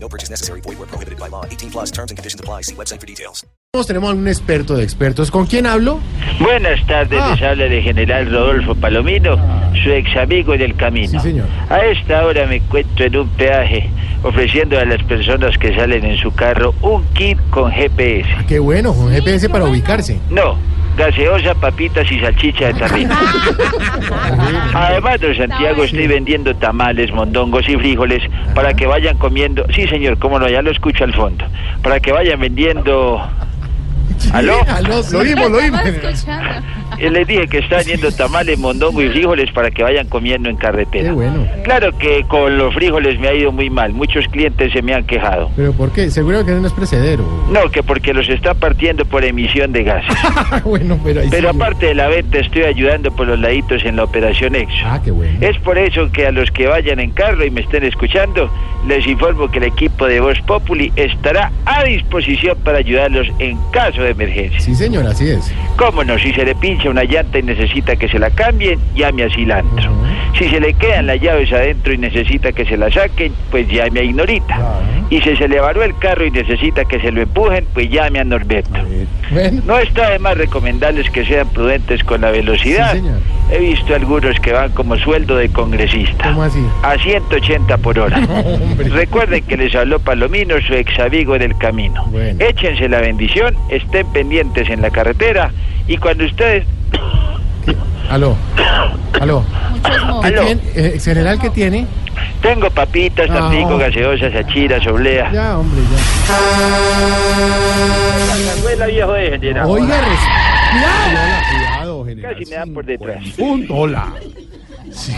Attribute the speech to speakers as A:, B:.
A: No purchase necessary. Void where prohibited by law. 18 plus terms and conditions apply. See website for details.
B: Nosotros tenemos a un experto de expertos. ¿Con quién hablo?
C: Buenas tardes,
B: Ah.
C: les habla el general Rodolfo Palomino, su ex amigo del camino.
B: Sí, señor.
C: A esta hora me encuentro en un peaje ofreciendo a las personas que salen en su carro un kit con GPS.
B: Qué bueno, con GPS para ubicarse.
C: No, gaseosa, papitas y salchicha de tarrito. Además, don Santiago, estoy vendiendo tamales, mondongos y frijoles para que vayan comiendo. Sí, señor, cómo no, ya lo escucho al fondo. Para que vayan vendiendo. ¿Aló?
B: Aló, lo oímos, lo oímos.
C: Y Eh, les dije que están yendo tamales, mondongo y frijoles para que vayan comiendo en carretera.
B: Qué bueno.
C: Claro que con los frijoles me ha ido muy mal. Muchos clientes se me han quejado.
B: Pero ¿por qué? Seguro que no es precedero.
C: No, que porque los está partiendo por emisión de gases.
B: Ah, bueno, pero ahí
C: Pero
B: sí.
C: aparte de la venta, estoy ayudando por los laditos en la operación EXO.
B: Ah, qué bueno.
C: Es por eso que a los que vayan en carro y me estén escuchando, les informo que el equipo de Voz Populi estará a disposición para ayudarlos en caso de emergencia.
B: Sí, señor, así es.
C: Cómo no, si se le pincha una llanta y necesita que se la cambien, llame a cilantro.
B: Ujú.
C: Si se le quedan las llaves adentro y necesita que se la saquen, pues llame a Ignorita.
B: Claro.
C: Y si se le varó el carro y necesita que se lo empujen, pues llame a Norberto.
B: Bueno,
C: No está de más recomendarles que sean prudentes con la velocidad.
B: Sí, señor.
C: He visto algunos que van como sueldo de congresista.
B: ¿Cómo así?
C: A 180 por hora.
B: hombre.
C: Recuerden que les habló Palomino, su ex amigo del camino.
B: Bueno.
C: Échense la bendición, estén pendientes en la carretera y cuando ustedes...
B: Aló. Aló. ¿Qué
C: Aló.
B: tiene? Eh, ex general, ¿qué tiene?
C: Tengo papitas,
B: Ah.
C: tampico, gaseosas, achiras, obleas.
B: Ya, hombre, ya. Oiga, res... Cuidado, cuidado, general.
C: Casi me dan por
B: Cinco
C: detrás.
B: en punto. Hola. Sí,